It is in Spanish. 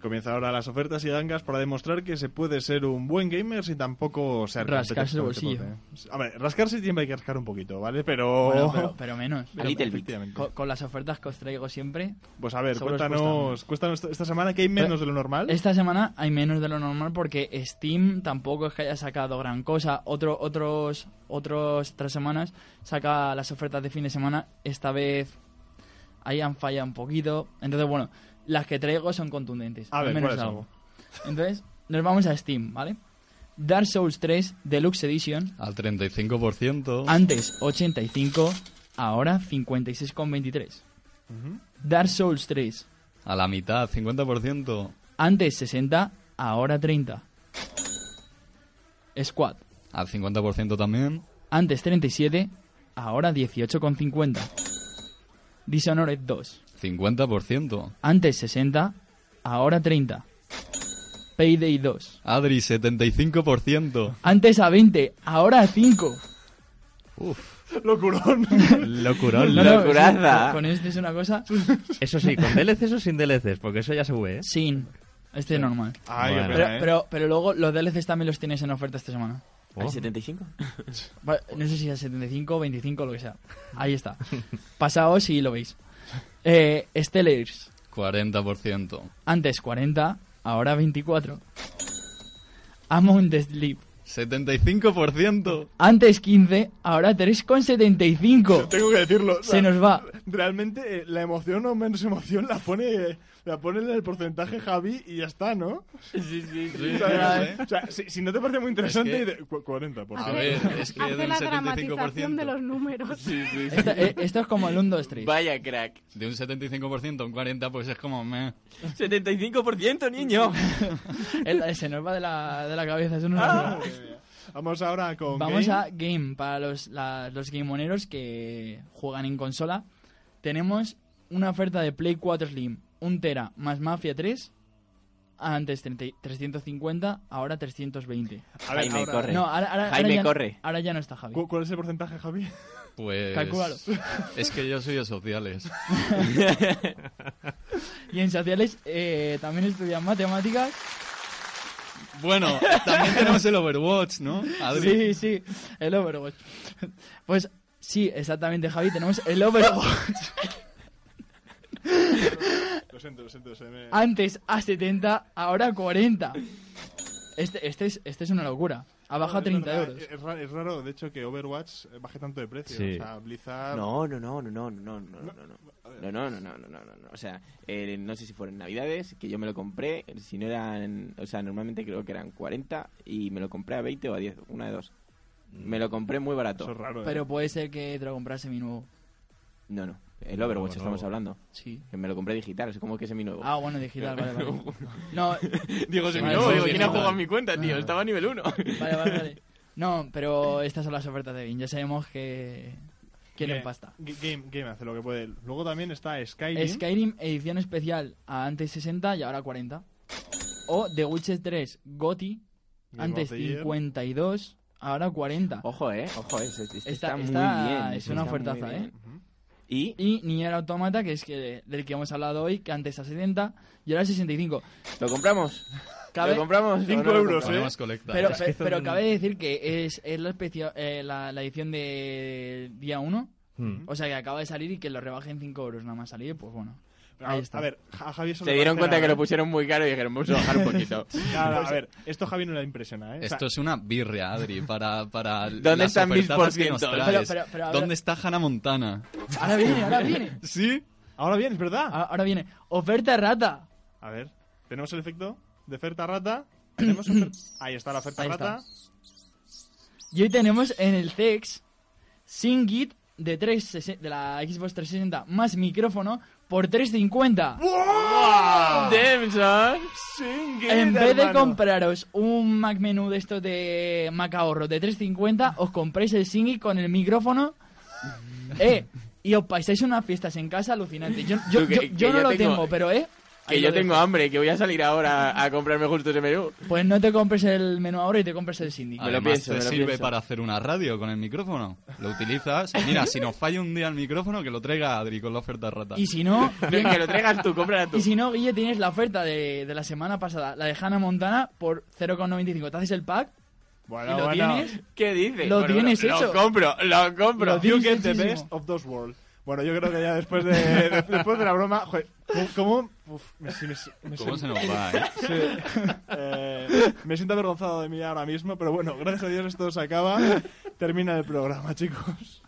Comienza ahora las ofertas y gangas para demostrar que se puede ser un buen gamer sin tampoco ser Rascarse el competente. bolsillo. A ver, rascarse siempre hay que rascar un poquito, ¿vale? Pero. Bueno, pero, pero menos. A little bit. Efectivamente. Con, con las ofertas que os traigo siempre. Pues a ver, Seguro os cuéntanos, cuéntanos esta semana que hay menos de lo normal. Esta semana hay menos de lo normal porque Steam tampoco es que haya sacado gran cosa. Otro, otros, otros tres semanas saca las ofertas de fin de semana. Esta vez ahí han fallado un poquito. Entonces, bueno, las que traigo son contundentes. A al ver, menos ¿cuáles son? algo. Entonces, nos vamos a Steam, ¿vale? Dark Souls 3 Deluxe Edition Al 35%. Antes 85, ahora 56,23. Dark Souls 3. A la mitad, 50%. Antes 60, ahora 30. Squad. Al 50% también. Antes 37, ahora 18,50. Dishonored 2. 50%. Antes 60, ahora 30. Payday 2. Adri, 75%. Antes a 20, ahora a 5. Uf. Locurón. Locurón. No, no, Locuraza. sí, con este es una cosa Eso sí, con DLCs o sin DLCs, porque eso ya se ve, ¿eh? sin. Este es normal. Ay, qué Bueno. Pero, pena, ¿eh? pero, pero luego los DLCs también los tienes en oferta esta semana. Oh. ¿Hay 75? Va- No sé si a 75, 25, lo que sea. Ahí está. Pasaos y lo veis. Eh, Stellars, 40%. antes 40, ahora 24. Among the Sleep, 75%. antes 15, ahora 3,75. Tengo que decirlo. o sea, Se nos va. Realmente eh, la emoción o menos emoción la pone, la pone en el porcentaje Javi y ya está, ¿no? Sí, sí, sí. O sea, eh, o sea, si, si no te parece muy interesante, eh. Es de- cu- 40%. A ver, es que Hace del la dramatización 75%. de los números. Esta- eh, esto es como el 1, 2, 3. Vaya crack. De un 75% a un 40%, pues es como meh. 75%, niño. Se nos va de la, de la cabeza. Eso no es normal. Vamos ahora con. Vamos Game. a Game. Para los, la- los gameoneros que juegan en consola, tenemos una oferta de Play 4 Slim, 1 Tera más Mafia 3, antes 30 350, ahora 320. A ver, Jaime, ahora- corre. No, ahora, ahora- ahora Jaime, ya, corre. Ahora ya no está Javi. ¿cu- ¿Cuál es el porcentaje, Javi? Pues. Calcúlalo. Es que yo soy de sociales. Y en sociales eh, también estudian matemáticas. Bueno, también tenemos el Overwatch, ¿no? Sí, Adri. sí, el Overwatch. Pues sí, exactamente Javi, tenemos el Overwatch. Lo siento, lo siento. Se me... Antes a 70, ahora a 40. Este, este, es, este es una locura. Ha bajado Es 30 verdad, euros. Es raro, es raro, de hecho, que Overwatch eh, baje tanto de precio. Sí. O sea, Blizzard. No, no, no, no, no, no, no, no, no, no. No, no, no, no, no, no, no, no. O sea, eh, no sé si fueron navidades, que yo me lo compré, si no eran, o sea, normalmente creo que eran 40 y me lo compré a 20 o a 10, una de dos. Me lo compré Eso muy es barato. raro. eh. Pero puede ser que te lo comprase mi nuevo. No, no, el Overwatch Nuevo, estamos nuevo. hablando. Sí. Que me lo compré digital, es como que es mi nuevo. Ah, bueno, digital, vale, vale. No, Digo, sí, no, digo, ¿quién ha jugado a mi cuenta, tío? Estaba a nivel 1. vale, vale, vale. No, pero estas son las ofertas de Bin. Ya sabemos que quieren Ga- pasta. Ga- Game, game hace lo que puede. Luego también está Skyrim. Skyrim edición especial a antes 60 y ahora 40. O The Witcher 3 GOTI Game antes of the Year. 52, ahora 40. Ojo, eh, ojo, eh, este- este está, Esta- muy esta bien. es este una está muy ofertaza, bien. eh. Ujú. Y Y Nier Automata, que es que del que hemos hablado hoy, que antes a 70 y ahora a 65. lo compramos. Cabe- Lo compramos. Cinco ¿O no lo euros, Ponemos compramos? colecta. Pero, Es que pero son- cabe decir que es, es la, especia- eh, la, la edición de día 1. Hmm. O sea, que acaba de salir y que lo rebajen 5 euros nada más salir, pues bueno. A, Ahí está. a ver, a Javi eso Se le dieron parece cuenta que raro, lo Pues pusieron muy caro y dijeron, vamos a bajar un poquito. ¿eh? Nada, a ver, esto Javi no le impresiona, ¿eh? O sea, Esto es una birria, Adri, para, para ¿Dónde las están mis ofertadas que nos porcientos? traes. Pero- pero- pero ahora- ¿Dónde está Hannah Montana? Ahora viene, ahora viene. ¿Sí? Ahora bien, es verdad. a- Ahora viene. Oferta rata. A ver, tenemos el efecto de oferta rata. Tenemos ofer- Ahí está la oferta Ahí está. rata. E Y hoy tenemos en el CEX Singit de, 360 de la Xbox 360 más micrófono por 350. Demson. En vez de compraros un Mac Menú de estos de Mac Ahorro de 350, os compráis el single con el micrófono. eh, y os pasáis unas fiestas en casa alucinantes. Yo, yo- Tú, que- yo- que yo no ya lo tengo- tengo, pero eh. Que ahí yo lo dejo. tengo hambre, que voy a salir ahora a comprarme justo ese menú. Pues no te compres el menú ahora y te compres el single. Ah. lo Además, pienso, te me lo sirve pienso. para hacer una radio con el micrófono. Lo utilizas. Mira, si nos falla un día el micrófono, que lo traiga Adri con la oferta rata. Y si no, Ven, que lo traigas tú, cómprala tú. Y si no, Guille, tienes la oferta de, de la semana pasada, la de Hannah Montana, por 0,95. Te haces el pack, Bueno, y lo bueno. tienes. ¿Qué dices? Lo tienes Lo hecho. compro, lo compro. Lo You get tienes the hechísimo. best of those worlds. Bueno, yo creo que ya después de, de- después de la broma... joder, ¿Cómo? cómo- uf, me, si- me si- me ¿Cómo si- se nos va, eh? Sí. Eh, me siento avergonzado de mí ahora mismo, pero bueno, gracias a Dios esto se acaba. Termina el programa, chicos.